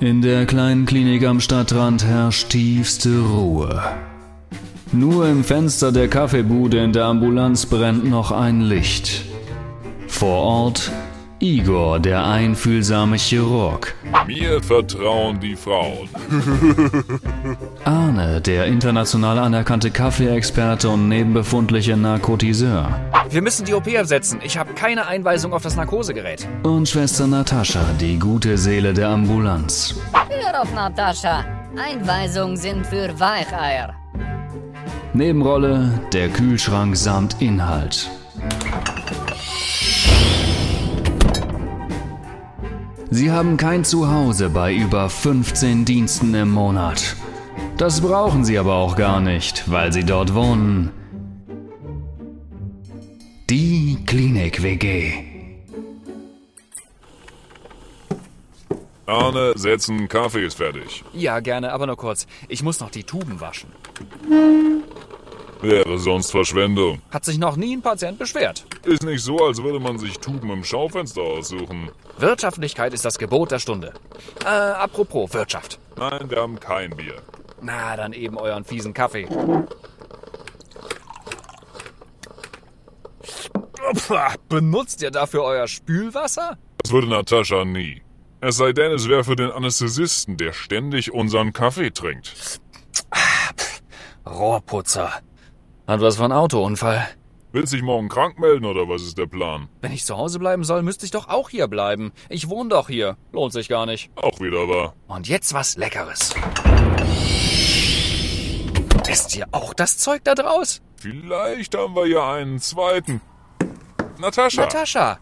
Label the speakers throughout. Speaker 1: In der kleinen Klinik am Stadtrand herrscht tiefste Ruhe. Nur im Fenster der Kaffeebude in der Ambulanz brennt noch ein Licht. Vor Ort Igor, der einfühlsame Chirurg.
Speaker 2: Mir vertrauen die Frauen.
Speaker 1: Arne, der international anerkannte Kaffeeexperte und nebenbefundliche Narkotiseur.
Speaker 3: Wir müssen die OP absetzen. Ich habe keine Einweisung auf das Narkosegerät.
Speaker 1: Und Schwester Natascha, die gute Seele der Ambulanz.
Speaker 4: Hör auf, Natascha. Einweisungen sind für Weicheier.
Speaker 1: Nebenrolle, der Kühlschrank samt Inhalt. Sie haben kein Zuhause bei über 15 Diensten im Monat. Das brauchen sie aber auch gar nicht, weil sie dort wohnen. Die Klinik WG.
Speaker 2: Arne, setzen, Kaffee ist fertig.
Speaker 3: Ja, gerne, aber nur kurz. Ich muss noch die Tuben waschen.
Speaker 2: Wäre sonst Verschwendung.
Speaker 3: Hat sich noch nie ein Patient beschwert.
Speaker 2: Ist nicht so, als würde man sich Tuben im Schaufenster aussuchen.
Speaker 3: Wirtschaftlichkeit ist das Gebot der Stunde. Äh, apropos Wirtschaft.
Speaker 2: Nein, wir haben kein Bier.
Speaker 3: Na, dann eben euren fiesen Kaffee. Pah, Benutzt ihr dafür euer Spülwasser?
Speaker 2: Das würde Natascha nie. Es sei denn, es wäre für den Anästhesisten, der ständig unseren Kaffee trinkt.
Speaker 3: Rohrputzer. Hat was von Autounfall.
Speaker 2: Willst dich morgen krank melden oder was ist der Plan?
Speaker 3: Wenn ich zu Hause bleiben soll, müsste ich doch auch hier bleiben. Ich wohne doch hier. Lohnt sich gar nicht.
Speaker 2: Auch wieder wahr.
Speaker 3: Und jetzt was Leckeres. Ist hier auch das Zeug da draus?
Speaker 2: Vielleicht haben wir ja einen zweiten. Natascha,
Speaker 3: Natascha!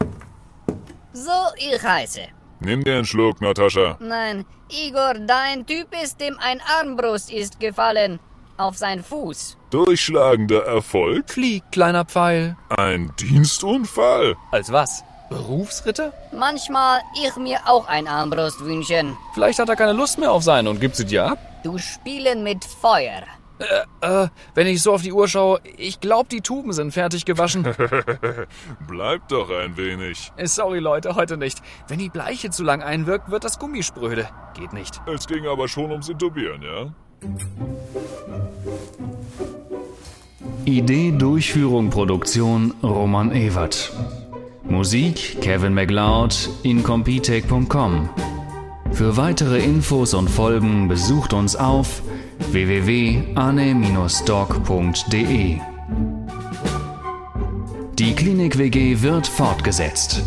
Speaker 4: So, ich heiße.
Speaker 2: nimm dir einen Schluck, Natascha.
Speaker 4: Nein, Igor, dein Typ ist, dem ein Armbrust ist gefallen. Auf seinen Fuß.
Speaker 2: Durchschlagender Erfolg?
Speaker 3: Flieg, kleiner Pfeil.
Speaker 2: Ein Dienstunfall?
Speaker 3: Als was? Berufsritter?
Speaker 4: Manchmal ich mir auch ein Armbrust wünschen.
Speaker 3: Vielleicht hat er keine Lust mehr auf seinen und gibt sie dir ab.
Speaker 4: Du spielen mit Feuer.
Speaker 3: Äh, wenn ich so auf die Uhr schaue, ich glaube, die Tuben sind fertig gewaschen.
Speaker 2: Bleib doch ein wenig.
Speaker 3: Äh, Sorry, Leute, heute nicht. Wenn die Bleiche zu lang einwirkt, wird das Gummi spröde. Geht nicht.
Speaker 2: Es ging aber schon ums Intubieren, ja?
Speaker 1: Idee, Durchführung, Produktion Roman Ewert. Musik Kevin MacLeod, incompetech.com. Für weitere Infos und Folgen besucht uns auf www.ane-doc.de. Die Klinik WG wird fortgesetzt.